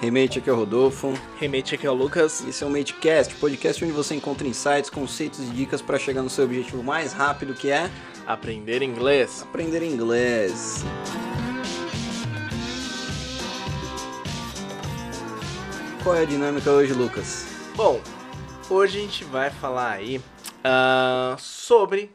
Remate aqui é o Rodolfo. Remate aqui é o Lucas. E esse é o Matecast, podcast onde você encontra insights, conceitos e dicas para chegar no seu objetivo mais rápido, que é aprender inglês. aprender inglês. Qual é a dinâmica hoje, Lucas? Bom, hoje a gente vai falar aí ah, sobre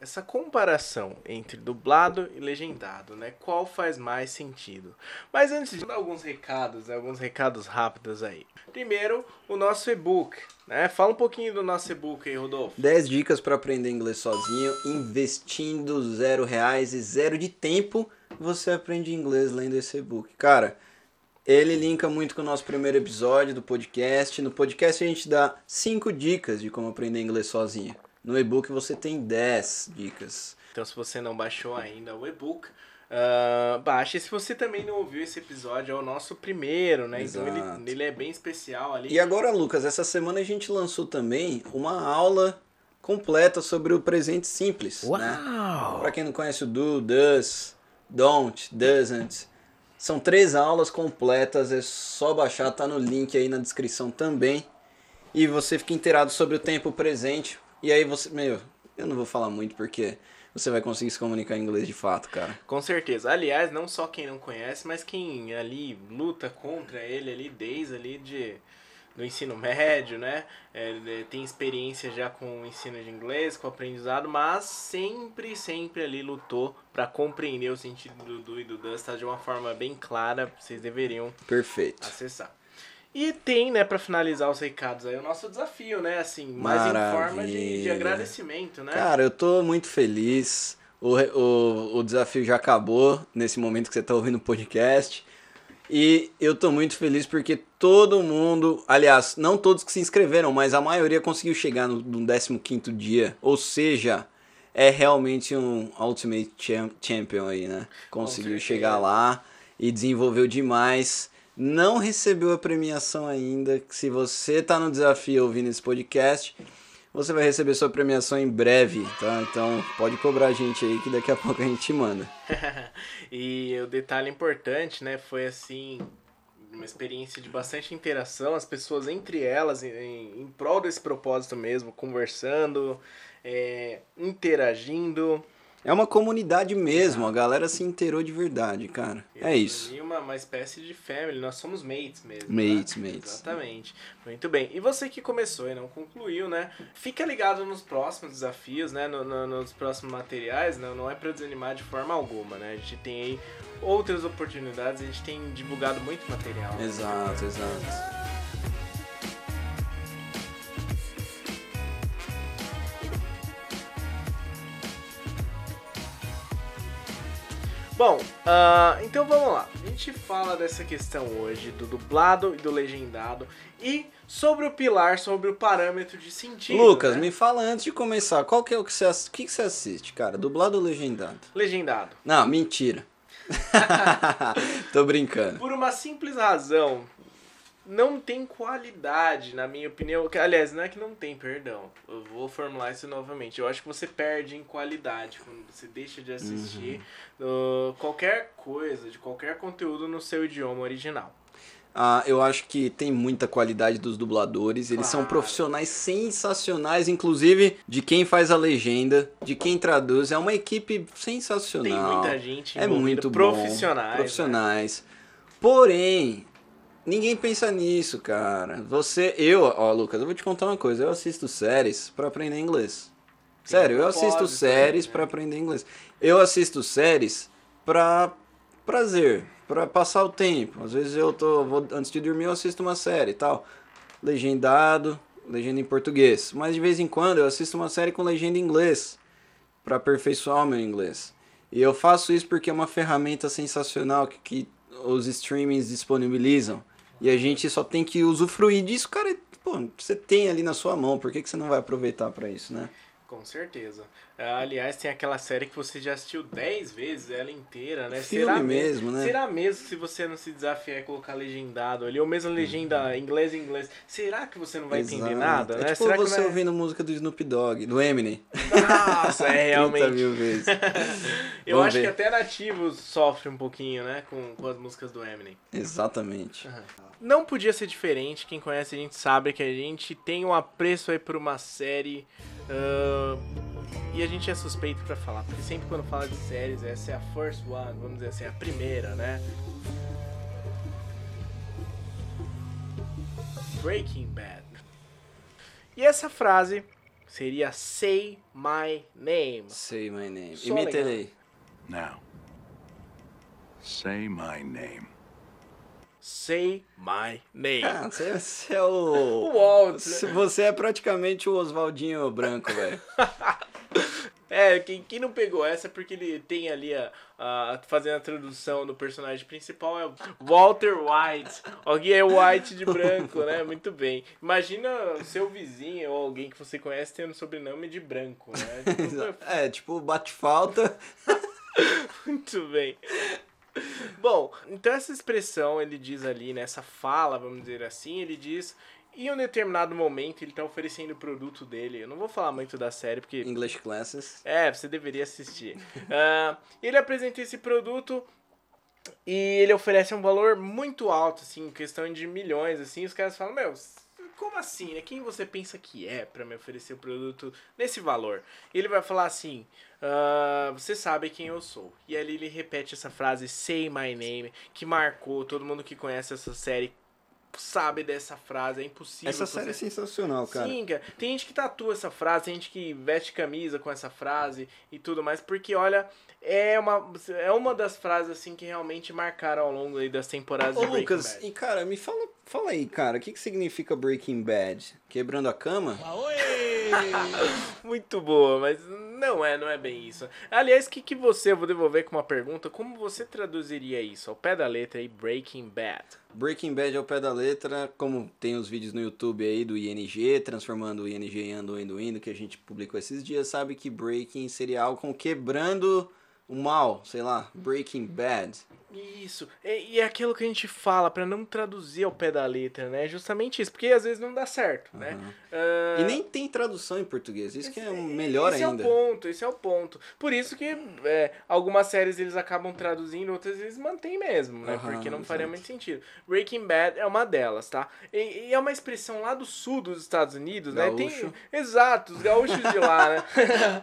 essa comparação entre dublado e legendado, né? Qual faz mais sentido? Mas antes de dar alguns recados, né? alguns recados rápidos aí. Primeiro, o nosso e-book, né? Fala um pouquinho do nosso e-book aí, Rodolfo. 10 dicas para aprender inglês sozinho, investindo zero reais e zero de tempo, você aprende inglês lendo esse e-book. Cara, ele linka muito com o nosso primeiro episódio do podcast. No podcast a gente dá 5 dicas de como aprender inglês sozinho. No e-book você tem 10 dicas. Então, se você não baixou ainda o e-book, ah, baixe. E se você também não ouviu esse episódio, é o nosso primeiro, né? Então, Exato. ele, ele é bem especial ali. E agora, Lucas, essa semana a gente lançou também uma aula completa sobre o presente simples. Né? Uau! Para quem não conhece o do, does, don't, doesn't, são três aulas completas, é só baixar, tá no link aí na descrição também. E você fica inteirado sobre o tempo presente. E aí você, meu, eu não vou falar muito porque você vai conseguir se comunicar em inglês de fato, cara. Com certeza. Aliás, não só quem não conhece, mas quem ali luta contra ele ali desde ali de do ensino médio, né? É, é, tem experiência já com o ensino de inglês, com o aprendizado, mas sempre, sempre ali lutou para compreender o sentido do do e do does, tá? De uma forma bem clara, vocês deveriam Perfeito. acessar. E tem, né, para finalizar os recados aí, o nosso desafio, né? Assim, mais em forma de, de Maravilha. agradecimento, né? Cara, eu tô muito feliz. O, re- o, o desafio já acabou nesse momento que você tá ouvindo o podcast. E eu tô muito feliz porque todo mundo, aliás, não todos que se inscreveram, mas a maioria conseguiu chegar no, no 15º dia. Ou seja, é realmente um Ultimate Cham- Champion aí, né? Conseguiu certeza. chegar lá e desenvolveu demais. Não recebeu a premiação ainda. que Se você tá no desafio ouvindo esse podcast, você vai receber sua premiação em breve, tá? Então pode cobrar a gente aí que daqui a pouco a gente te manda. e o detalhe importante, né, foi assim uma experiência de bastante interação, as pessoas entre elas em- em, em prol desse propósito mesmo, conversando, é, interagindo. É uma comunidade mesmo, a galera se inteirou de verdade, cara. É isso. E uma, uma espécie de family, nós somos mates mesmo. Mates, né? mates. Exatamente. Muito bem. E você que começou e não concluiu, né? Fica ligado nos próximos desafios, né? No- no- nos próximos materiais, não, não é pra desanimar de forma alguma, né? A gente tem aí outras oportunidades, a gente tem divulgado muito material. né? Exato, exato. Bom, ah, então vamos lá. A gente fala dessa questão hoje do dublado e do legendado e sobre o pilar, sobre o parâmetro de sentido. Lucas, né? me fala antes de começar, qual que é o que você, ass- o que que você assiste, cara? Dublado ou legendado? Legendado. Não, mentira. Tô brincando. Por uma simples razão, não tem qualidade, na minha opinião. Que, Aliás, não é que não tem, perdão. Eu vou formular isso novamente. Eu acho que você perde em qualidade quando você deixa de assistir Uhum. uh, qualquer coisa, de qualquer conteúdo no seu idioma original. Ah, eu acho que tem muita qualidade dos dubladores. Eles são Claro. profissionais sensacionais, inclusive de quem faz a legenda, de quem traduz. É uma equipe Tem sensacional. muita gente é envolvida, muito bom. profissionais. né? Profissionais. Porém, ninguém pensa nisso, cara. Você, eu, ó, Lucas, eu vou te contar uma coisa. Eu assisto séries pra aprender inglês. Sério, eu assisto propósito, séries né? pra aprender inglês. Eu assisto séries pra prazer, pra passar o tempo. Às vezes eu tô, vou- antes de dormir eu assisto uma série e tal. Legendado, legenda em português. Mas de vez em quando eu assisto uma série com legenda em inglês para aperfeiçoar o meu inglês. E eu faço isso porque é uma ferramenta sensacional que, que os streamings disponibilizam. E a gente só tem que usufruir disso, cara. Pô, você tem ali na sua mão, por que, que você não vai aproveitar para isso, né? Com certeza. Ah, Aliás, tem aquela série que você já assistiu 10 vezes, ela inteira, né? Filme mesmo, né? Será mesmo que se você não se desafiar e colocar legendado ali, ou mesmo legenda inglês em inglês, será que você não vai entender Uhum. Exato. nada, É né? tipo será que você vai- ouvindo música do Snoop Dogg, do Eminem. Nossa, é 30 realmente. mil vezes. Eu Vamos acho ver. que até nativo sofre um pouquinho, né? Com, com as músicas do Eminem. Exatamente. Não podia ser diferente, quem conhece a gente sabe que a gente tem um apreço aí por uma série. ah, e a gente é suspeito pra falar, porque sempre quando fala de séries, essa é a first one, vamos dizer assim, a primeira, né? Breaking Bad. E essa frase seria Say My Name. Say my name. Só legal. Imiterei. Now, say my name. Say My Name. Ah, você, você é o. O Walt. Se- Você é praticamente o Oswaldinho Branco, velho. É, quem, quem não pegou essa é porque ele tem ali a, a- fazendo a tradução do personagem principal é o Walter White. Alguém é White de branco, né? Muito bem. Imagina o seu vizinho ou alguém que você conhece tendo o sobrenome de branco, né? Tipo, é, tipo, bate falta. Muito bem. Bom, então essa expressão ele diz ali, nessa fala, vamos dizer assim, ele diz. Em um determinado momento ele tá oferecendo o produto dele. Eu não vou falar muito da série, porque English classes. É, você deveria assistir. Ah, ele apresenta esse produto e ele oferece um valor muito alto, assim, questão de milhões, assim. Os caras falam, meu, como assim, né? Quem você pensa que é pra me oferecer o produto nesse valor? Ele vai falar assim, ah, você sabe quem eu sou. E ali ele repete essa frase, say my name, que marcou todo mundo que conhece essa série. Sabe dessa frase, é impossível. Essa você- série é sensacional, cara. Sim, cara. Tem gente que tatua essa frase, tem gente que veste camisa com essa frase e tudo mais, porque olha, é uma, é uma das frases assim que realmente marcaram ao longo aí das temporadas Ô, de Breaking Lucas, Bad. e cara, me fala, fala aí, cara, o que, que significa Breaking Bad? Quebrando a cama? Muito boa, mas não é, não é bem isso. Aliás, o que, que você, eu vou devolver com uma pergunta, como você traduziria isso? Ao pé da letra aí, Breaking Bad. Breaking Bad ao pé da letra, como tem os vídeos no YouTube aí do ING, transformando o ING em Anduendo Indo, que a gente publicou esses dias, sabe que Breaking seria algo com quebrando o mal, sei lá, Breaking Bad. Isso, e, e é aquilo que a gente fala pra não traduzir ao pé da letra, né? É Justamente isso, porque às vezes não dá certo, né? Ah, E nem tem tradução em português, isso que é melhor esse ainda. é o ponto, esse é o ponto. Por isso que é, algumas séries eles acabam traduzindo, outras eles mantêm mesmo, né? Aham, Porque não exato. faria muito sentido. Breaking Bad é uma delas, tá? E, e é uma expressão lá do sul dos Estados Unidos, né? Gaúcho. Tem, exato, os gaúchos de lá, né?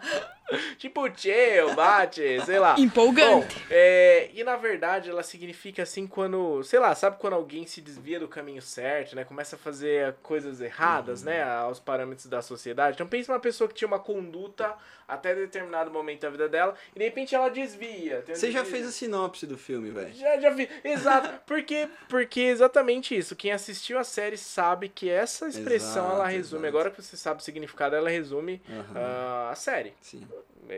tipo tchê, o bate, sei lá. Empolgante. Bom, é, e na verdade ela significa assim quando, sei lá, sabe quando alguém se desvia do caminho certo, né? Começa a fazer coisas erradas, Uhum. né? Aos parâmetros da sociedade. Então pensa uma pessoa que tinha uma conduta até determinado momento da vida dela e de repente ela desvia. tem um Você já desvio. fez a sinopse do filme, velho. Já, já vi. Exato. Porque, porque é exatamente isso. Quem assistiu a série sabe que essa expressão Exato, ela resume. exato. Agora que você sabe o significado, ela resume Aham, ah, a série sim.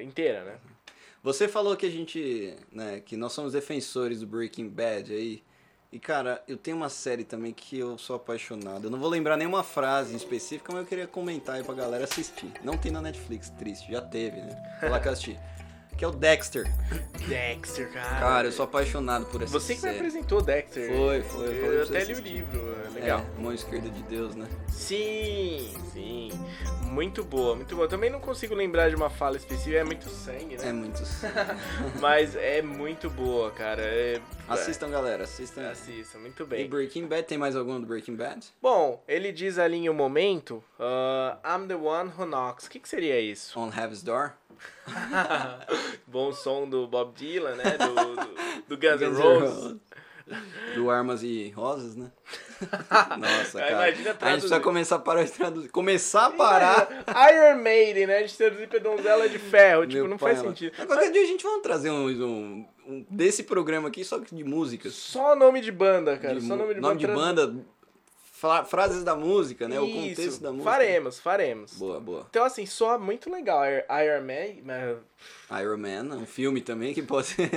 inteira, né? Você falou que a gente, né, que nós somos defensores do Breaking Bad aí. E cara, eu tenho uma série também que eu sou apaixonado. Eu não vou lembrar nenhuma frase em específica, mas eu queria comentar aí pra galera assistir. Não tem na Netflix, triste, já teve, né? Vou lá que eu assisti. Que é o Dexter. Dexter, cara. Cara, eu sou apaixonado por essa Você que me série. apresentou Dexter. Foi, foi, eu falei Eu, pra você até li o assistir. livro, é legal. É, mão esquerda de Deus, né? Sim, sim. Muito boa, muito boa. Também não consigo lembrar de uma fala específica, é muito sangue, É né? né? muito. Mas é muito boa, cara. É... assistam, galera, assistam. Assista, muito né? E bem. Breaking Bad, tem mais alguma do Breaking Bad? Bom, ele diz ali em um momento, ah, I'm the one who knocks. O que, que seria isso? On Heaven's Door? Bom som do Bob Dylan, né? Do, do, do Guns N' Guns N' Roses. Do Armas e Rosas, né? Nossa, Ah, cara. imagina a gente precisa traduzir. começar a parar de traduzir. Começar a parar. Iron Maiden, né? A gente traduzir pra donzela de ferro. Tipo, Meu não pai, faz ela- sentido. Mas Qualquer dia a gente vai trazer um, um- um desse programa aqui, só que de músicas. Só nome de banda, cara. de, Só mu- nome de nome banda. trans- de banda, fra- frases da música, né? O contexto Isso, da música. Faremos, faremos. Boa, boa. Então, assim, soa muito legal. Ir- Iron Maiden. Iron Man, um filme também que pode ser.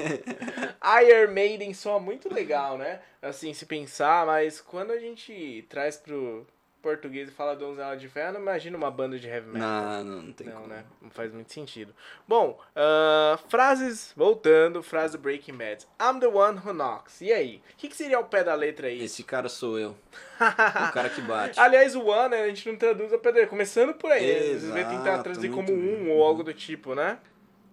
Iron Maiden soa muito legal, né? Assim, se pensar, mas quando a gente traz pro. português e fala donzela de ferro, eu não imagina uma banda de heavy metal. Não, não, não tem Não, como. né? Não faz muito sentido. Bom, ah, frases, voltando, frase do Breaking Bad. I'm the one who knocks. E aí? O que, que seria o pé da letra aí? Esse cara sou eu. o cara que bate. Aliás, o one, né, a gente não traduz a pé da letra. Começando por aí. né? Às vezes vai Exato, tentar traduzir muito como um bem. ou algo do tipo, né?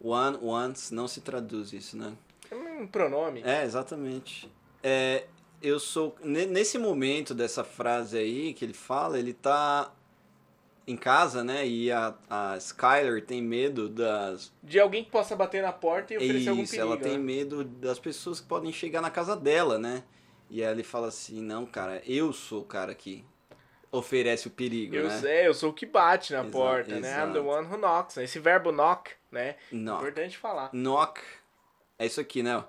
One, once, não se traduz isso, né? É um pronome. É, exatamente. É, eu sou. ne- Nesse momento dessa frase aí que ele fala, ele tá em casa, né? E a, a Skyler tem medo das. De alguém que possa bater na porta e É oferecer algum isso, perigo. ela tem né? medo das pessoas que podem chegar na casa dela, né? E aí ele fala assim: não, cara, eu sou o cara que oferece o perigo, Eu, né? é, eu sou o que bate na Exa- porta, né? I'm the exato. one who knocks. né? Esse verbo knock, né? Knock. Importante falar. Knock. É isso aqui, né?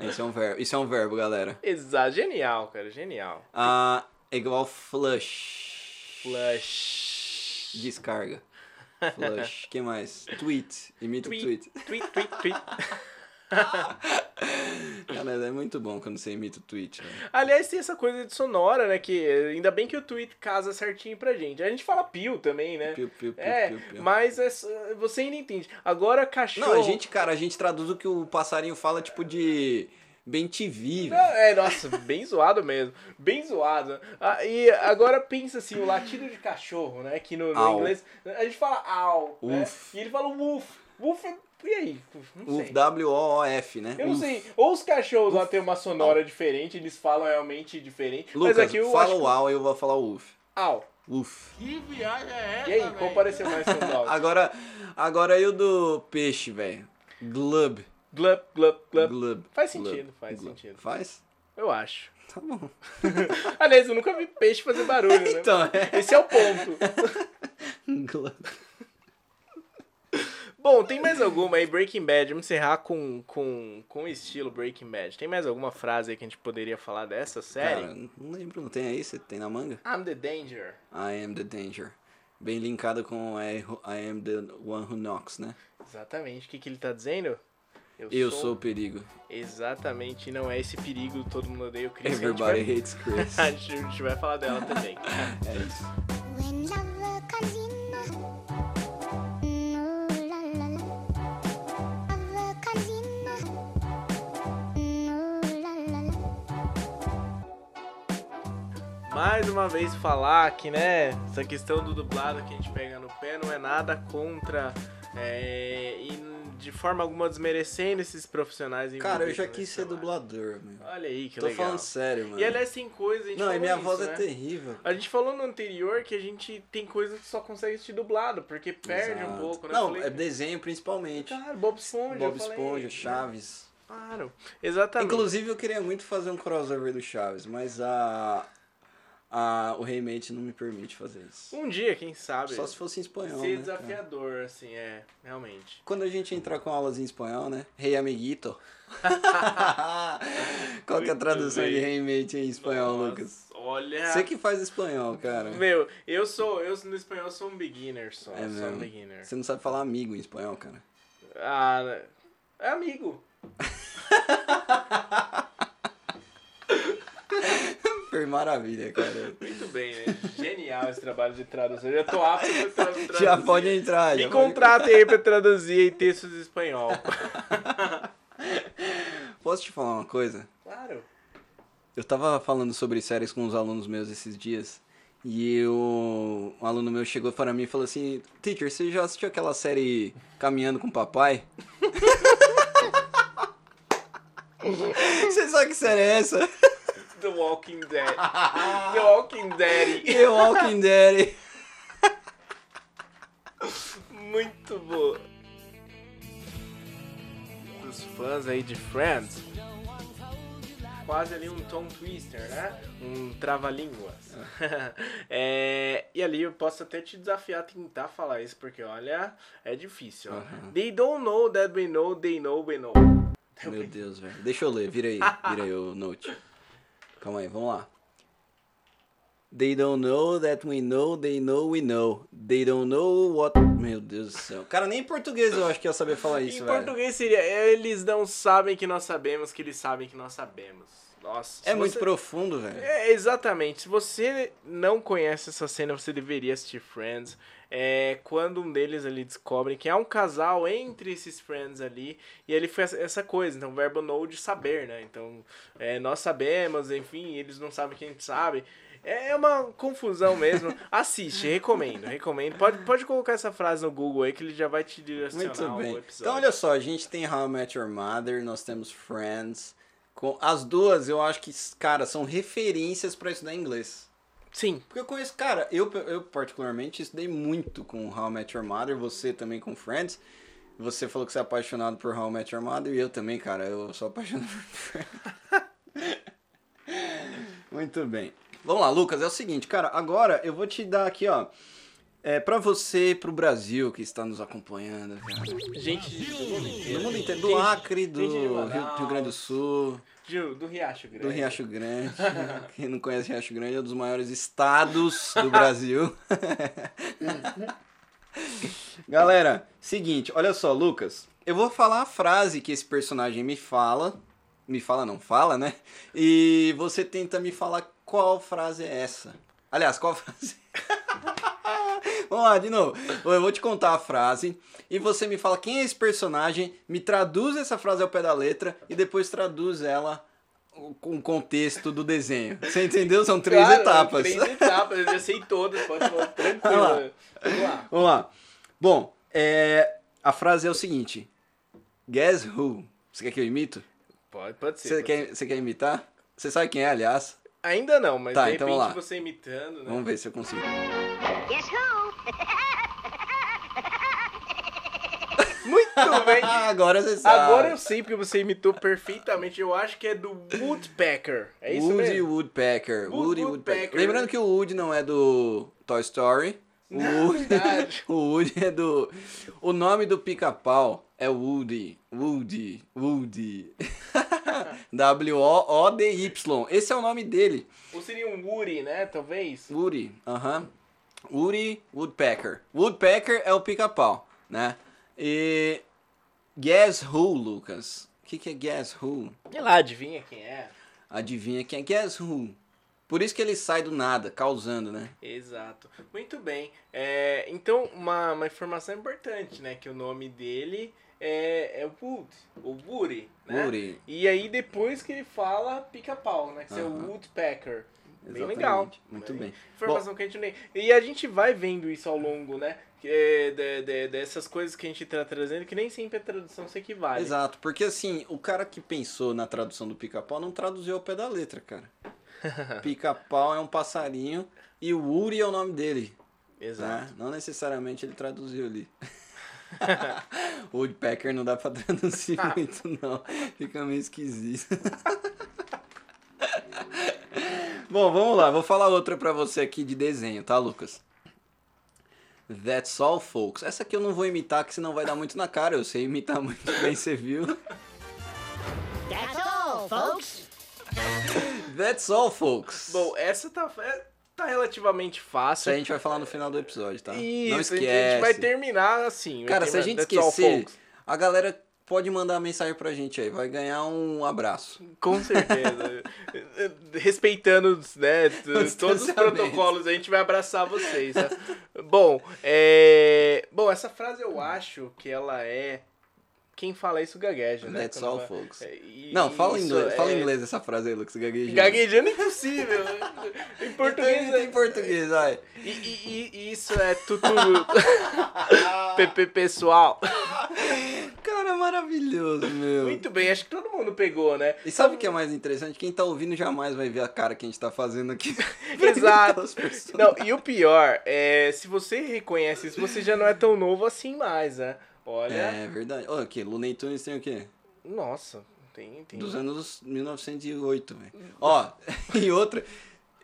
Isso é um verbo, isso é um verbo galera. Exato. Genial, cara. Genial. Ah, é igual flush. Flush. Descarga. Flush. que mais? Tweet. Imita o Tweet, tweet. tweet, tweet, tweet. Cara, é muito bom quando você imita o tweet. né? Aliás, tem essa coisa de sonora, né? Que eh, ainda bem que o tweet casa certinho pra gente. A gente fala pio também, né? Piu, piu, piu, é, piu, piu. mas é só- você ainda entende. Agora cachorro. Não, a gente, cara, a gente traduz o que o passarinho fala, tipo, de bem te vi. Não, É, nossa, bem zoado mesmo. Bem zoado. Ah, e agora pensa assim, o latido de cachorro, né? Que no, no Au. inglês a gente fala au, né? Uf. E ele fala woof. Woof é... E aí? Não sei. W-O-O-F, né? Eu não Uf. sei. Ou os cachorros lá têm uma sonora diferente, eles falam realmente diferente. Lucas, mas aqui eu fala acho o au, eu vou falar o uf. que- au. Uf. Que viagem é essa, E aí, qual véi? pareceu mais saudável? Agora, agora eu do peixe, velho. Glub. Glup, glup, glup. Glub. Faz glub, sentido, faz glub. sentido. Faz? Eu acho. Tá bom. Aliás, eu nunca vi peixe fazer barulho, né? Então, é. Esse é o ponto. Glub. Bom, tem mais alguma aí, Breaking Bad. Vamos encerrar com, com, com o estilo Breaking Bad. Tem mais alguma frase aí que a gente poderia falar dessa Cara, série? não lembro, não tem aí? Você tem na manga? I'm the danger. I am the danger. Bem linkado com I, who- I am the one who knocks, né? Exatamente. O que, que ele tá dizendo? Eu sou o perigo. Exatamente. Não é esse perigo, todo mundo odeia o Chris. que Everybody a, gente hates Chris. vai... a gente vai falar dela também. é isso. When love comes in, ooh la la la. Love comes in, ooh la la la. Mais uma vez falar que, né, essa questão do dublado que a gente pega no pé não é nada contra é, e de forma alguma desmerecendo esses profissionais. Cara, eu envolvidos já nesse quis ser trabalho. dublador, meu. Olha aí, que Tô legal. falando sério, mano. E aliás, tem coisa, a gente Não, e falou minha isso, voz né? é terrível. A gente falou no anterior que a gente tem coisa que só consegue assistir dublado, porque perde um Exato. pouco, né? Eu Não, falei, é desenho principalmente. Claro, Bob Esponja. Bob eu falei, né? Tá Esponja, Chaves. Claro, exatamente. Inclusive, eu queria muito fazer um crossover do Chaves, mas a, a, o Remate não me permite fazer isso. Um dia, quem sabe, Só se fosse em espanhol, ser né, cara? desafiador, assim, é, realmente. Quando a gente entrar com aulas em espanhol, né? Rei amiguito. Qual que é a Muito tradução bem. de remate em espanhol, Nossa, É Lucas? Olha... Você que faz espanhol, cara. Meu, eu sou, eu no espanhol sou um beginner só, É sou um mesmo. beginner. Você não sabe falar amigo em espanhol, cara. Ah, é amigo. Foi maravilha, cara. Muito bem, né? Genial esse trabalho de tradução. Eu já tô apto pra tra- traduzir. Já pode entrar. Me já pode- contratem aí pra traduzir em textos em espanhol. Posso te falar uma coisa? Claro. Eu tava falando sobre séries com uns alunos meus esses dias. E eu, um aluno meu chegou para mim e falou assim: Teacher, você já assistiu aquela série Caminhando com o Papai? você sabe que série é essa? The Walking Dead. The Walking Dead. The Walking Dead. Muito boa. Os fãs aí de Friends. Quase ali um tongue twister, né? Um trava-línguas. É, e ali eu posso até te desafiar a tentar falar isso, porque olha, é difícil. ó. They don't know that we know, they know we know. Meu Deus, velho. Deixa eu ler, vira aí, vira aí o note. Calma aí, vamos lá. They don't know that we know, they know we know. They don't know what. Meu Deus do céu. Cara, nem em português eu acho que ia saber falar isso, é. em velho. português seria eles não sabem que nós sabemos que eles sabem que nós sabemos. Nossa. É se muito você- profundo, velho. É, exatamente. Se você não conhece essa cena, você deveria assistir Friends. É quando um deles ali descobre que há um casal entre esses Friends ali. E ele fez essa coisa. Então, o verbo know de saber, né? Então, é, nós sabemos, enfim, eles não sabem que a gente sabe. É uma confusão mesmo. Assiste, recomendo, recomendo. Pode, pode colocar essa frase no Google aí que ele já vai te direcionar Muito bem. o episódio. Então, olha só, a gente tem How I Met Your Mother, nós temos Friends. Com as duas, eu acho que, cara, são referências pra estudar inglês. Sim, Porque eu conheço, cara, eu, eu particularmente estudei muito com How I Met Your Mother, você também com Friends. Você falou que você é apaixonado por How I Met Your Mother e eu também, cara, eu sou apaixonado por Friends. muito bem. Vamos lá, Lucas, é o seguinte, cara, agora eu vou te dar aqui, ó. É, pra você, pro Brasil que está nos acompanhando, cara. gente de- do mundo inteiro. Do mundo inteiro, do Gente- Acre, do gente de Rio, Manaus, Rio Grande do Sul, de- do Riacho Grande. do Riacho Grande. Quem não conhece Riacho Grande é um dos maiores estados do Brasil. Galera, seguinte, olha só, Lucas. Eu vou falar a frase que esse personagem me fala. Me fala, não fala, né? E você tenta me falar qual frase é essa. Aliás, qual frase. Vamos lá, de novo. Eu vou te contar a frase e você me fala quem é esse personagem, me traduz essa frase ao pé da letra e depois traduz ela com o contexto do desenho. Você entendeu? São três Claro, etapas. Três etapas, eu já sei todas, pode falar tranquilo. Olha lá. Vamos lá. Vamos lá. Bom, é, a frase é o seguinte: Guess who? Você quer que eu imito? Pode, pode ser. Você pode ser. quer, você quer imitar? Você sabe quem é, aliás? Ainda não, mas Tá, de então repente vamos lá. você imitando, né? Vamos ver se eu consigo. Guess who? Muito bem. Agora você sabe. Agora eu sei porque você imitou perfeitamente. Eu acho que é do Woodpecker. É isso Woody mesmo? Woodpecker. Wood- Woody Woodpecker. Woodpecker. Lembrando que o Woody não é do Toy Story. O Woody, verdade. o Woody é do. O nome do pica-pau é Woody. Woody. Woody. W-O-O-D-Y. Esse é o nome dele. Ou seria um Woody, né? Talvez. Woody, aham. Woody Woodpecker. Woodpecker é o pica-pau, né? E. Guess who, Lucas? O que, que é guess who? Sei lá, adivinha quem é. Adivinha quem é guess who? Por isso que ele sai do nada, causando, né? Exato. Muito bem. É, então, uma, uma informação importante, né? Que o nome dele é, é Wood. Ou Woody, né? Woody. E aí, depois que ele fala, pica-pau, né? Que isso é Aham. o Woodpecker. Bem Exatamente. legal. Muito Bem, bem. Informação que a gente nem... E a gente vai vendo isso ao longo, né? Que é de- de- dessas coisas que a gente tá trazendo, que nem sempre a tradução se equivale. Exato, porque assim, o cara que pensou na tradução do pica-pau não traduziu ao pé da letra, cara. pica-pau é um passarinho e o Woody é o nome dele. Exato. Tá? Não necessariamente ele traduziu ali. O Woodpecker não dá pra traduzir muito, não. Fica meio esquisito. Bom, vamos lá. Vou falar outra pra você aqui de desenho, tá, Lucas? That's all, folks. Essa aqui eu não vou imitar, que senão vai dar muito na cara. Eu sei imitar muito bem, você viu? That's all, folks. That's all, folks. Bom, essa tá, é- tá relativamente Isso fácil. a gente vai falar no final do episódio, tá? Isso, não a gente- esquece. a gente vai terminar assim. vai Cara, se a gente terminar- that's all, esquecer, folks. a galera pode mandar mensagem pra gente aí. Vai ganhar um abraço. Com certeza. Respeitando né, t- Os todos os distanciamentos. protocolos, a gente vai abraçar vocês. Tá? Bom, é... Bom, essa frase eu acho que ela é... Quem fala isso gagueja, né? That's Quando all, vai- folks. É, e Não, fala isso inglês, fala é- inglês essa frase aí, Lucas, gaguejando. Gaguejando é impossível. em português... Então, é- em português, vai. E, e- e- e isso é tudo... PP pessoal. Cara, maravilhoso, meu. Muito bem, acho que todo mundo pegou, né? E sabe o que é mais interessante? Quem tá ouvindo jamais vai ver a cara que a gente tá fazendo aqui. Exato. Os personagens. Não, e o pior é, se você reconhece isso, você já não é tão novo assim mais, né? Olha, É verdade. Olha aqui, Looney Tunes tem o quê? nossa, tem, tem. Dos anos 1908, velho. Ó, e outra,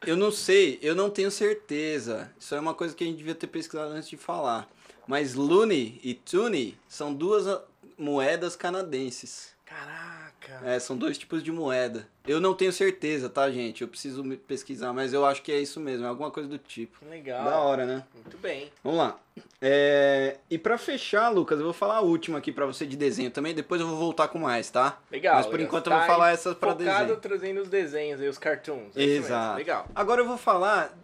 eu não sei, eu não tenho certeza. Isso é uma coisa que a gente devia ter pesquisado antes de falar. Mas Looney e Toonie são duas ah, moedas canadenses. Caraca. Cara, É, são dois tipos de moeda. Eu não tenho certeza, tá, gente? Eu preciso me pesquisar, mas eu acho que é isso mesmo, é alguma coisa do tipo. que legal. Da hora, né? Muito bem. Vamos lá. É, E pra fechar, Lucas, eu vou falar a última aqui pra você de desenho também, depois eu vou voltar com mais, tá? Legal. Mas por legal. enquanto Tá eu vou falar essas pra focado desenho. trazendo os desenhos aí, os cartoons. É isso mesmo. Exato. Legal. Agora eu vou falar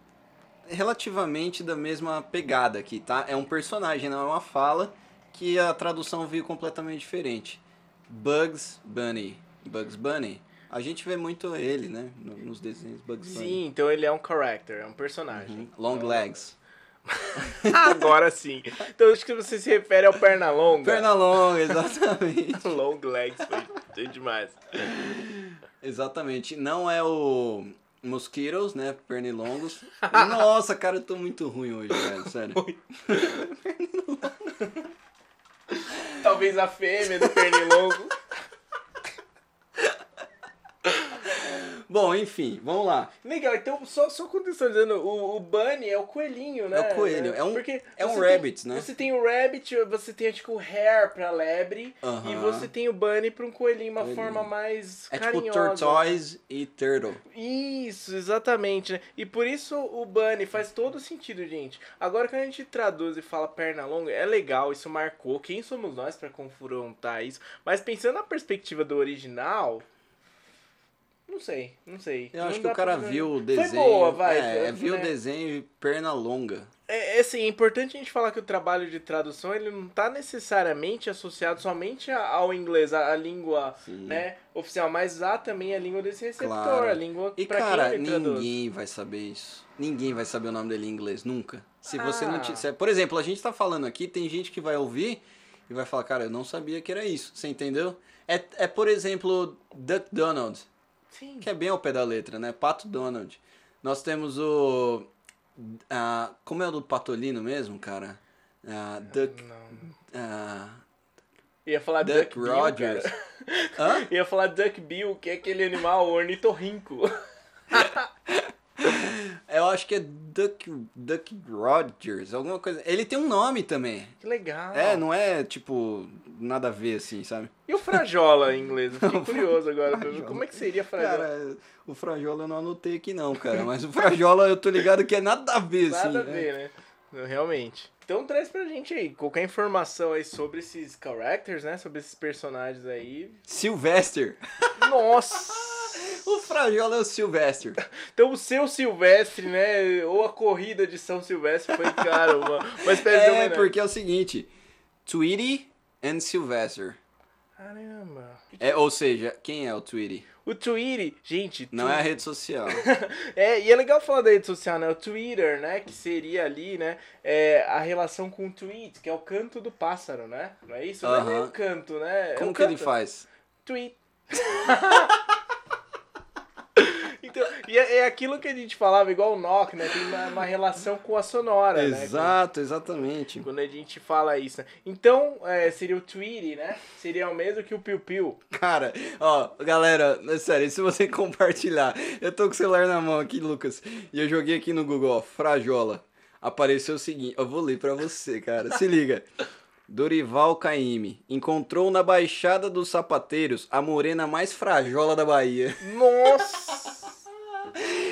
relativamente da mesma pegada aqui, tá? É um personagem, não é uma fala, que a tradução veio completamente diferente. Bugs Bunny. Bugs Bunny. A gente vê muito ele, né? no- Nos desenhos Bugs Bunny. Sim, então ele é um character, é um personagem. Uhum. Long Então- legs. Uhum. Agora sim. Então acho que você se refere ao perna longa. Perna longa, exatamente. long legs foi demais. exatamente. Não é o Mosquitoes, né? Pernilongos. Nossa, cara, eu tô muito ruim hoje, velho. Sério. Talvez a fêmea do pernilongo. Bom, enfim, vamos lá. Legal, então só, só contextualizando, o, o Bunny é o coelhinho, né? É o coelho, é um- é um você rabbit, tem- né? Você tem o rabbit, você tem tipo o hair pra lebre, Aham. e você tem o Bunny pra um coelhinho, uma Coelhinho. forma mais É tipo carinhosa. Tortoise e Turtle. Isso, exatamente, né? E por isso o Bunny faz todo sentido, gente. Agora quando a gente traduz e fala perna longa, é legal, isso marcou. Quem somos nós pra confrontar isso? Mas pensando na perspectiva do original, não sei, não sei. Eu Não acho que dá o cara pra- um viu o desenho. Foi boa, vai. É, foi, viu o né? desenho e perna longa. É, é, assim, é importante a gente falar que o trabalho de tradução ele não está necessariamente associado somente a- ao inglês, a, a língua Sim. né, oficial, mas há também a língua desse receptor, Claro. a língua E pra cara, quem ele traduz. ninguém vai saber isso. Ninguém vai saber o nome dele em inglês, nunca. Se você não Ah. tiver. Por exemplo, a gente tá falando aqui, tem gente que vai ouvir e vai falar, cara, eu não sabia que era isso. Você entendeu? É, é por exemplo, Duck Donald, Sim. que é bem ao pé da letra, né? Pato Donald. Nós temos o. ah, como é o do Patolino mesmo, cara? Ah, Duck. Não. ah, Ia falar Duck Duck, Rogers. Bill, cara. Hã? Ia falar Duck Bill, que é aquele animal ornitorrinco. Eu acho que é Duck, Duck Rogers, alguma coisa. Ele tem um nome também. Que legal. É, não é tipo nada a ver assim, sabe? E o Frajola em inglês? Eu Fiquei curioso agora. Como é que seria Frajola? Cara, o Frajola eu não anotei aqui não, cara. Mas o Frajola eu tô ligado que é nada a ver, assim. Nada a né? ver, né? Não, Realmente. Então traz pra gente aí qualquer informação aí sobre esses characters, né? Sobre esses personagens aí. é Sylvester. Nossa! O Frajola é o Sylvester. Então o seu Silvestre, né? Ou a corrida de São Silvestre foi, cara, uma, uma espécie de É, homenagem. porque é o seguinte. Tweety and Sylvester. Caramba. É, ou seja, quem é o Tweety? O Twitter, gente. Não tu- é a rede social. É, e é legal falar da rede social, né? O Twitter, né? Que seria ali, né? É, a relação com o tweet, que é o canto do pássaro, né? Não é isso? Não é nem Aham. o canto, né? é Como o que ele canto. faz? tweet. então, e é, é aquilo que a gente falava, igual o Nock, né? Tem uma, uma relação com a sonora, né? Exato, exatamente. Quando a gente fala isso. né? Então, é, seria o tweet, né? Seria o mesmo que o Piu Piu. Cara, ó, galera, é sério, se você compartilhar, eu tô com o celular na mão aqui, Lucas, e eu joguei aqui no Google, ó, Frajola. Apareceu o seguinte, eu vou ler pra você, cara, se liga. Dorival Caymmi encontrou na Baixada dos Sapateiros a morena mais frajola da Bahia. Nossa!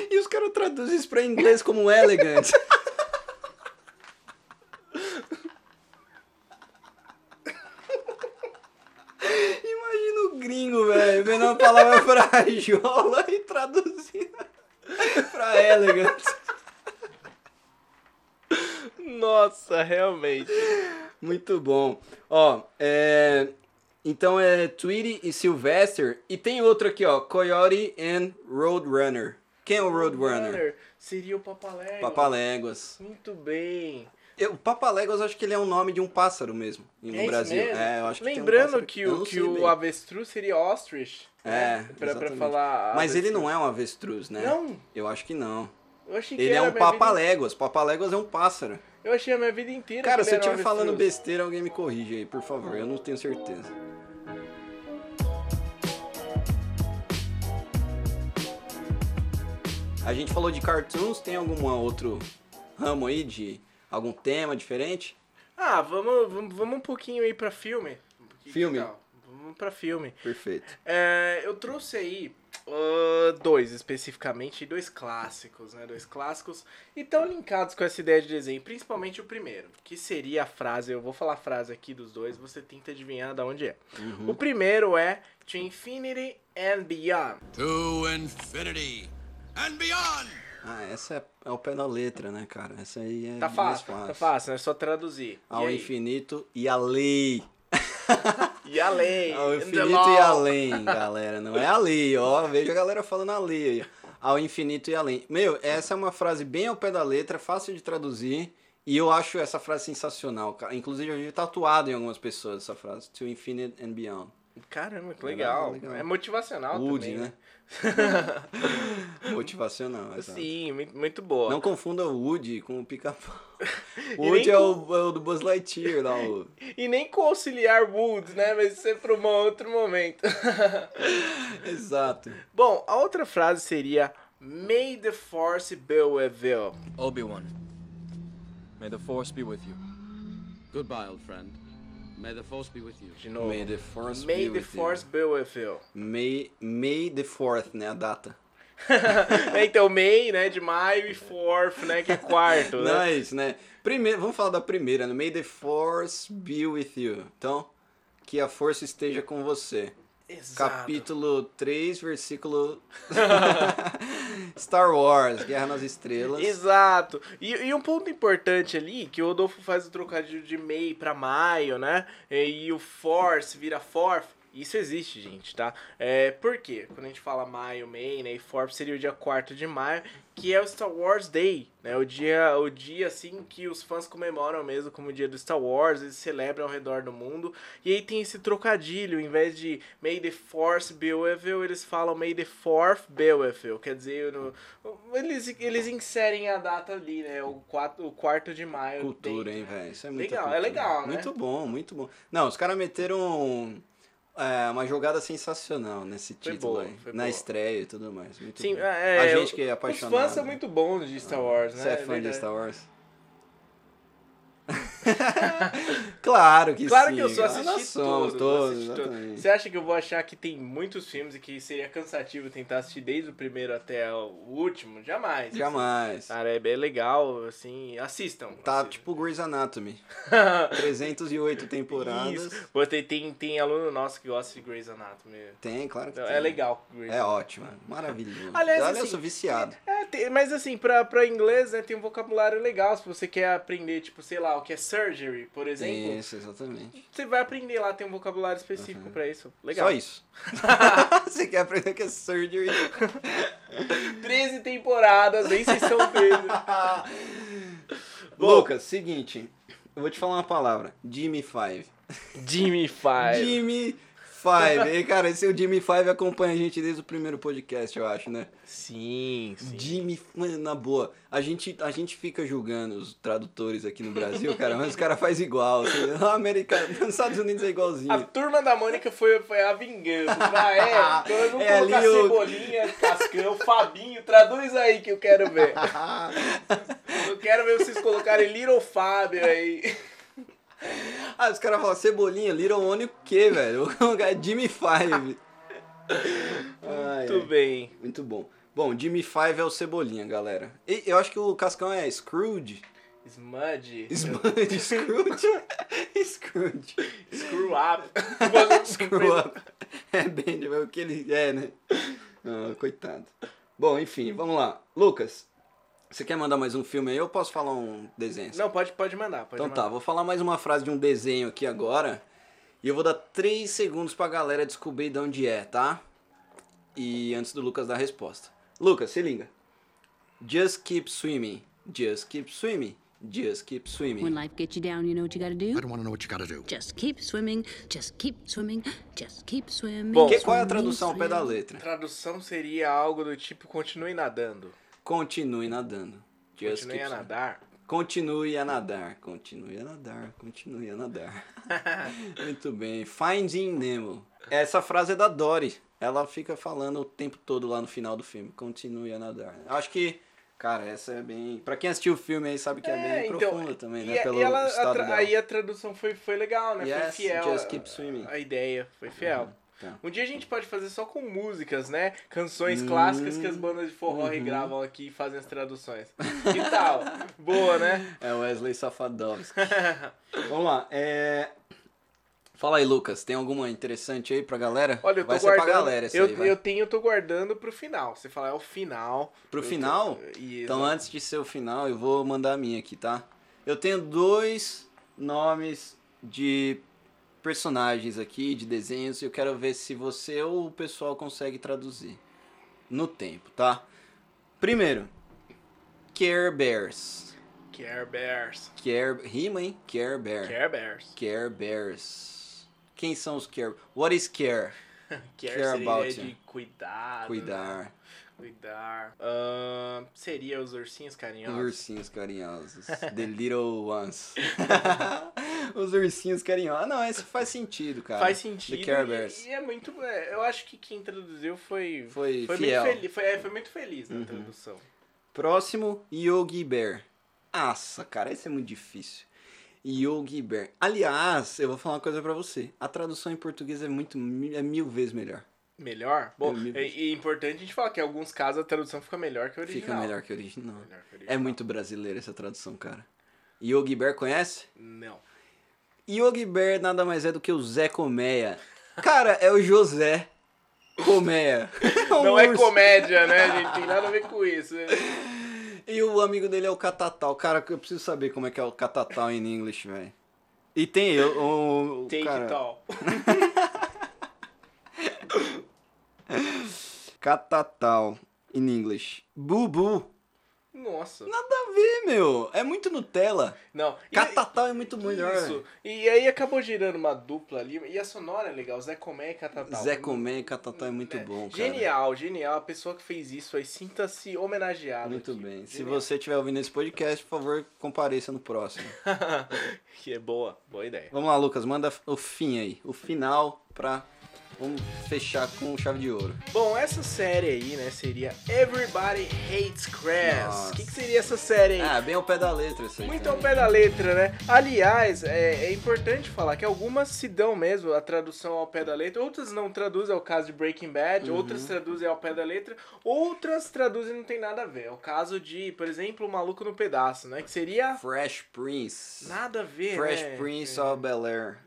E os caras traduzem isso pra inglês como elegante. Imagina o gringo, velho, vendo a palavra frajola e traduzindo pra elegant. Nossa, realmente. Muito bom. Ó, é... Então é Tweety e Sylvester. E tem outro aqui, ó, Coyote and Roadrunner. Quem é o Roadrunner? Seria o Papalégua. Papaléguas. Muito bem. Eu, o Papaléguas, eu acho que ele é um nome de um pássaro mesmo, no É isso Brasil. mesmo? É, eu acho que tem um Lembrando pássaro- que eu o, não que sei o bem. avestruz seria ostrich. É, né? Pra, pra exatamente. falar. Mas ele não é um avestruz, né? Não? Eu acho que não. Eu achei que Ele é era um a minha vida papaléguas. Papaléguas é um pássaro. Eu achei a minha vida inteira. Cara, que se eu ele era um estiver falando avestruz. besteira, alguém me corrige aí, por favor. Eu não tenho certeza. A gente falou de cartoons, tem algum outro ramo aí de algum tema diferente? Ah, vamos, vamos, vamos um pouquinho aí pra filme. Que Filme? tal? Vamos vamos pra filme. Perfeito. É, eu trouxe aí ah, dois especificamente, dois clássicos, né? Dois clássicos e tão linkados com essa ideia de desenho, principalmente o primeiro, que seria a frase, eu vou falar a frase aqui dos dois, você tenta adivinhar da onde é. Uhum. O primeiro é To Infinity and Beyond. To infinity and beyond! Ah, essa é, é o pé da letra, né, cara? Essa aí é Tá mais fácil, tá fácil, né? É só traduzir. Ao e aí? infinito e além. E além. Ao and the infinito law. e além, galera. Não é ali, ó. Vejo a galera falando ali. aí. Ao infinito e além. Meu, essa é uma frase bem ao pé da letra, fácil de traduzir. E eu acho essa frase sensacional, cara. Inclusive, eu vi tatuado em algumas pessoas essa frase. To infinite and beyond. Caramba, que Legal, legal. legal. É motivacional Wood, também. né? né? Motivacional. exato. Sim, mui- muito boa. Não confunda o Woody com o pica-pau. O E Woody nem é o, é o do Buzz Lightyear lá. O... E nem conciliar Wood, né? Mas isso é para um outro momento. Exato. Bom, a outra frase seria May the Force be with you. Obi-Wan, may the Force be with you. Goodbye, old friend. May the force be with you. De novo. May the Force May be the with you. Force be with you. May, May the 4th, né? A data. É, então, May, né? De maio e fourth, né? Que é quarto, Não né? é isso, né? Primeiro, vamos falar da primeira, né? May the Force be with you. Então, que a força esteja com você. Exato. Capítulo 3, versículo. Star Wars, Guerra nas Estrelas. Exato. E, e um ponto importante ali, que o Rodolfo faz o trocadilho de May pra maio, né? E, e o Force vira Forth. Isso existe, gente, tá? É, por quê? Quando a gente fala maio, May, né? E Forth seria o dia 4 de maio, que é o Star Wars Day, né? O dia, o dia, assim, que os fãs comemoram mesmo como o dia do Star Wars, eles celebram ao redor do mundo. E aí tem esse trocadilho, em vez de May the Force be with you, eles falam May the Fourth be with you. Quer dizer, no- eles, eles inserem a data ali, né? O, quatro, o quarto de maio. Cultura, dentro, hein, né? velho? Isso é muito Legal, é legal, né? Muito bom, muito bom. Não, os caras meteram é, uma jogada sensacional nesse Foi título boa, aí. foi Na boa. estreia e tudo mais. Muito Sim, bom. é, a é, gente que os- é apaixonado. Os fãs são muito bons de Star Wars, né? Você é fã de verdade. Star Wars? claro que Claro sim. que eu só cara. assisti Nós somos todos, todos, assisti todos. exatamente. Você acha que eu vou achar que tem muitos filmes e que seria cansativo tentar assistir desde o primeiro até o último? Jamais. Jamais. Cara, é bem legal, assim, assistam. Tá assistam. tipo Grey's Anatomy. 308 temporadas. Isso. Pô, tem, tem, tem aluno nosso que gosta de Grey's Anatomy. Tem, claro que Então, tem. é legal Grey's É ótimo, maravilhoso. Aliás, Olha, eu assim, sou viciado. É, tem- mas assim, pra, pra inglês, né, tem um vocabulário legal. Se você quer aprender, tipo, sei lá, o que é surgery, por exemplo, Isso, exatamente. você vai aprender lá, tem um vocabulário específico pra isso. Legal. Só isso. Você quer aprender que é surgery? 13 temporadas, nem sei se são 13. Bom. Lucas, seguinte. Eu vou te falar uma palavra. Jimmy Five. Jimmy Five. Jimmy Five. E, cara, esse é o Jimmy Five acompanha a gente desde o primeiro podcast, eu acho, né? Sim, sim. Jimmy, mano, na boa. A gente, a gente fica julgando os tradutores aqui no Brasil, cara, mas os caras fazem igual. Assim, lá americano, nos Estados Unidos é A igualzinho. turma da Mônica foi, foi a vingança. Ah, é, então eu não É colocar ali o- cebolinha, Cascão, Fabinho, traduz aí que eu quero ver. ah, Eu quero ver vocês colocarem Little Fábio aí. Ah, os caras falam cebolinha, Little One, o quê, velho? Vou colocar Jimmy Five. Ai, Muito ai. bem. Muito bom. Bom, Jimmy Five é o Cebolinha, galera. E eu acho que o Cascão é Scrooge. Smudge. Smudge, Scrooge. Scrooge. Screw up. um Screw up. É bem de- o que ele é, né? Ah, coitado. Bom, enfim, vamos lá. Lucas, você quer mandar mais um filme aí? Eu posso falar um desenho? Não, pode, pode mandar. Pode Então mandar. tá, vou falar mais uma frase de um desenho aqui agora. E eu vou dar 3 segundos pra galera descobrir de onde é, tá? E antes do Lucas dar a resposta. Lucas, se liga. Just keep swimming. Just keep swimming. Just keep When swimming. life gets you down, you know what you gotta do? don't want to know what you gotta do. Just keep swimming, just keep swimming, just keep swimming. Bom, Que, qual é a swimming, tradução ao pé da swimming. letra? Tradução seria algo do tipo continue nadando. Continue nadando. Just Continue a swimming. nadar. Continue a nadar. Continue a nadar. Continue a nadar. Muito bem. Finding Nemo. Essa frase é da Dory. Ela fica falando o tempo todo lá no final do filme. Continue a nadar. Acho que Cara, essa é bem. Pra quem assistiu o filme aí sabe que é, bem profunda também, então, e né? a- Pelo e ela- a estado tra- dela. Aí a tradução foi, foi legal, né? foi Yes, fiel. just a- keep swimming. A ideia foi fiel. tá. Um dia a gente pode fazer só com músicas, né? Canções clássicas que as Hum, bandas de forró regravam aqui e fazem as traduções. Que tal? Boa, né? É Wesley Safadowski. Vamos lá. É... Fala aí, Lucas. Tem alguma interessante aí pra galera? Olha, eu tô vai ser guardando. pra galera essa eu, aí, vai. eu tenho, eu tô guardando pro final. Você fala, é o final. Pro Eu tô- final? Isso. Então, antes de ser o final, eu vou mandar a minha aqui, tá? Eu tenho dois nomes de personagens aqui, de desenhos, e eu quero ver se você ou o pessoal consegue traduzir no tempo, tá? Primeiro, Care Bears. Care Bears. Care... Rima, hein? Care Bear. Care Bears. Care Bears. Quem são os Care? What is Care? Care, Care seria about de you. cuidado. né? Cuidar. Cuidar. Ahn, seria os ursinhos carinhosos. Os ursinhos carinhosos. The little ones. Os ursinhos carinhosos. Ah, não, esse faz sentido, cara. Faz sentido. The e- Care Bears. E, é muito. é, eu acho que quem traduziu foi. Foi muito fiel. Uhum. feliz. Foi, é, foi muito feliz na tradução. Próximo, Yogi Bear. Nossa, cara, esse é muito difícil. Yogi Bear. Aliás, eu vou falar uma coisa pra você. A tradução em português é muito é mil vezes melhor. Melhor? Bom, Eu li- é, e é importante a gente falar que em alguns casos a tradução fica melhor que a original. Fica melhor que o original. Melhor que o original. É muito brasileira essa tradução, cara. Yogi Bear conhece? Não. Yogi Bear nada mais é do que o Zé Colmeia. Cara, é o José Colmeia. um Não é urso. comédia, né, gente? Tem nada a ver com isso. E o amigo dele é o Catatal. Cara, eu preciso saber como é que é o Catatal em English, velho. E tem eu, o. o Take cara, it all. Catatal em English. Bubu. Nossa. Nada a ver, meu. É muito Nutella. Não. E- Catatal é muito melhor. Isso. E aí acabou gerando uma dupla ali. E a sonora é legal. Zé Comé e Catatal. Zé Comé e Catatal é muito É, bom, cara. Genial, genial. A pessoa que fez isso aí, sinta-se homenageado. Muito aqui. bem. Se Genial. você estiver ouvindo esse podcast, por favor, compareça no próximo. que é boa, boa ideia. Vamos lá, Lucas, manda o fim aí. O final pra. Vamos fechar com chave de ouro. Bom, essa série aí, né, seria Everybody Hates Chris. Nossa. O que, que seria essa série aí? Ah, bem ao pé da letra isso aí. Muito ao também. pé da letra, né? Aliás, é, é importante falar que algumas se dão mesmo a tradução ao pé da letra, outras não traduzem, é o caso de Breaking Bad, Uhum. outras traduzem ao pé da letra, outras traduzem e não tem nada a ver. É o caso de, por exemplo, O Maluco no Pedaço, né? Que seria Fresh Prince. nada a ver, Fresh né? Prince of Bel Air.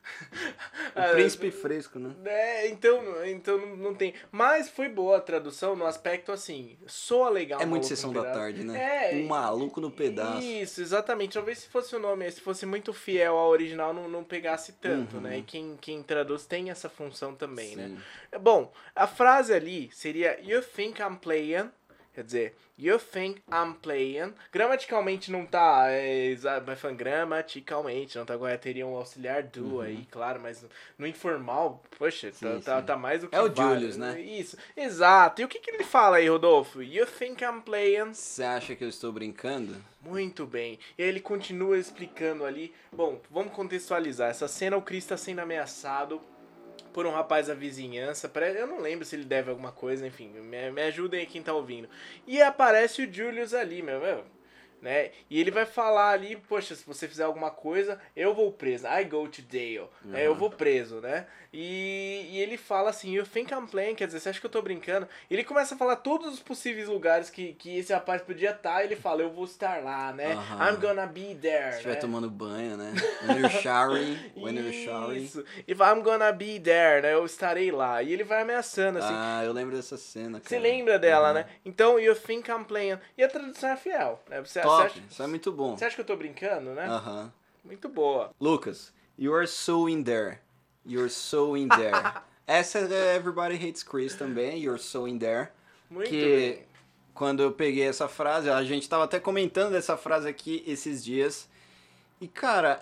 Ah, O príncipe fresco, né? É, então, então não- não tem. Mas foi boa a tradução no aspecto assim, soa legal. É o muito Maluco no sessão da Pedaço. tarde, né? É, Um maluco no pedaço. Isso, exatamente. Talvez se fosse o nome, se fosse muito fiel ao original, não, não pegasse tanto, Uhum. né? E quem, quem traduz tem essa função também, né? Sim. É, Bom, a frase ali seria You think I'm playing? Quer dizer, you think I'm playing. Gramaticalmente não tá. É, exa- vai falando gramaticalmente, não tá correto. Teria um auxiliar do aí, claro, mas no, no informal, poxa, tá, Uhum. Sim, Tá, sim. tá mais do que. É o vale. Julius, né? Isso, exato. E o que, que ele fala aí, Rodolfo? You think I'm playing? Você acha que eu estou brincando? Muito bem. E aí ele continua explicando ali. Bom, vamos contextualizar. Essa cena, o Chris está sendo ameaçado por um rapaz da vizinhança. Pare- Eu não lembro se ele deve alguma coisa, enfim. Me, me ajudem aí quem tá ouvindo. E aparece o Julius ali, meu. meu né? E ele vai falar ali, poxa, se você fizer alguma coisa, eu vou preso. I go to jail. É, eu vou preso, né? E, e ele fala assim, you think I'm playing, quer dizer, você acha que eu tô brincando? Ele começa a falar todos os possíveis lugares que, que esse rapaz podia estar, ele fala, eu vou estar lá, né? Aham. I'm gonna be there. Se estiver né? tomando banho, né? When you're showering. When you're showering. Isso. E fala, I'm gonna be there, né? Eu estarei lá. E ele vai ameaçando, assim. Ah, tá. Uhum. eu lembro dessa cena, cara. Você lembra dela, né? Então, you think I'm playing. E a tradução é fiel, né? Você, você Top, acha, isso é muito Ah. bom. você acha que eu tô brincando, né? Aham. Muito boa. Lucas, you're so in there. You're so in there. Essa é Everybody Hates Chris também, you're so in there. Muito que bem. quando eu peguei essa frase, a gente tava até comentando dessa frase aqui esses dias. E cara,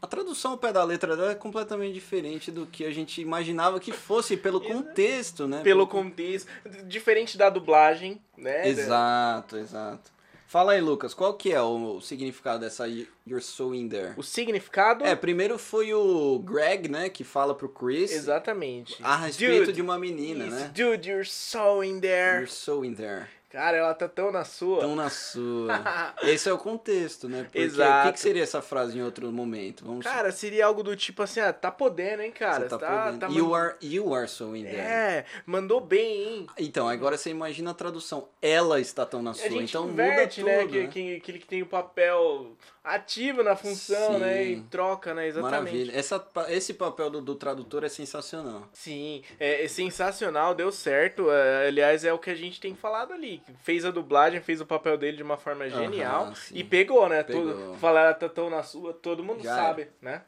a tradução ao pé da letra dela é completamente diferente do que a gente imaginava que fosse pelo contexto, né? Pelo contexto, diferente da dublagem, né? Exato, exato. Fala aí, Lucas, qual que é o significado dessa you're so in there? O significado. É, primeiro foi o Greg, né, que fala pro Chris. Exatamente. A respeito Dude, de uma menina, isso, né? Dude, you're so in there. You're so in there. Cara, ela tá tão na sua. Tão na sua. Esse é o contexto, né? Porque Exato. O que que seria essa frase em outro momento? Vamos Cara, seria algo do tipo assim, ah, tá podendo, hein, cara? você tá, tá, podendo. tá you, mandando- are, you are so in there. É, mandou bem, hein? Então, agora você imagina a tradução. Ela está tão na sua. A gente então inverte, muda né? tudo. Que, né? que, aquele que tem o papel ativo na função, Sim. né? E troca, né? Exatamente. Maravilha. Essa pa- esse papel do, do tradutor é sensacional. Sim, é, é sensacional, deu certo. é, aliás, é o que a gente tem falado ali. que Fez a dublagem, fez o papel dele de uma forma Aham, genial sim. e pegou, né? Pegou. Todo, falar tá tão na sua, todo mundo Já é. sabe, né?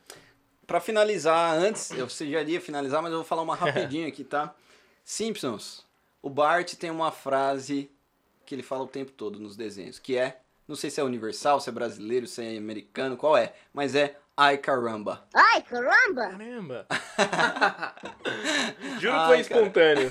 Pra finalizar, antes, eu sei, já ia finalizar, mas eu vou falar uma rapidinho aqui, tá? Simpsons. O Bart tem uma frase que ele fala o tempo todo nos desenhos, que é, não sei se é universal, se é brasileiro, se é americano, qual é, mas é ai caramba. Ai, caramba! Caramba! Juro que Ai, cara. foi espontâneo.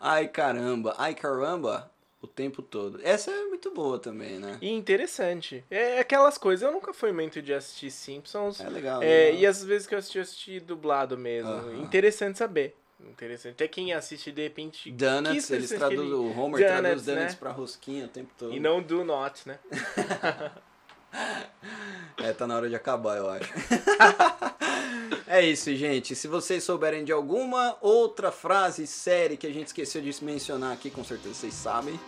Ai caramba, ai caramba o tempo todo. Essa é muito boa também, né? E interessante. É aquelas coisas. Eu nunca fui muito de assistir Simpsons. É legal. É, legal. e às vezes que eu assisti, eu assisti dublado mesmo. Aham. Interessante saber. Interessante. Até quem assiste de repente. Donuts, que eles expressões que traduzem, ele- o Homer Donuts, traduz né? donuts pra rosquinha o tempo todo. E não do not, né? É, tá na hora de acabar, eu acho. é isso, gente. Se vocês souberem de alguma outra frase, série que a gente esqueceu de mencionar aqui, com certeza vocês sabem.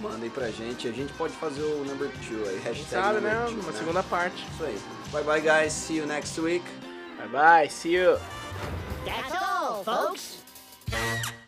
Mandem pra gente. A gente pode fazer o number two aí. Quem Hashtag sabe, number né? two, Uma segunda parte. Isso aí. Bye bye, guys. See you next week. Bye bye, see you. That's all, folks!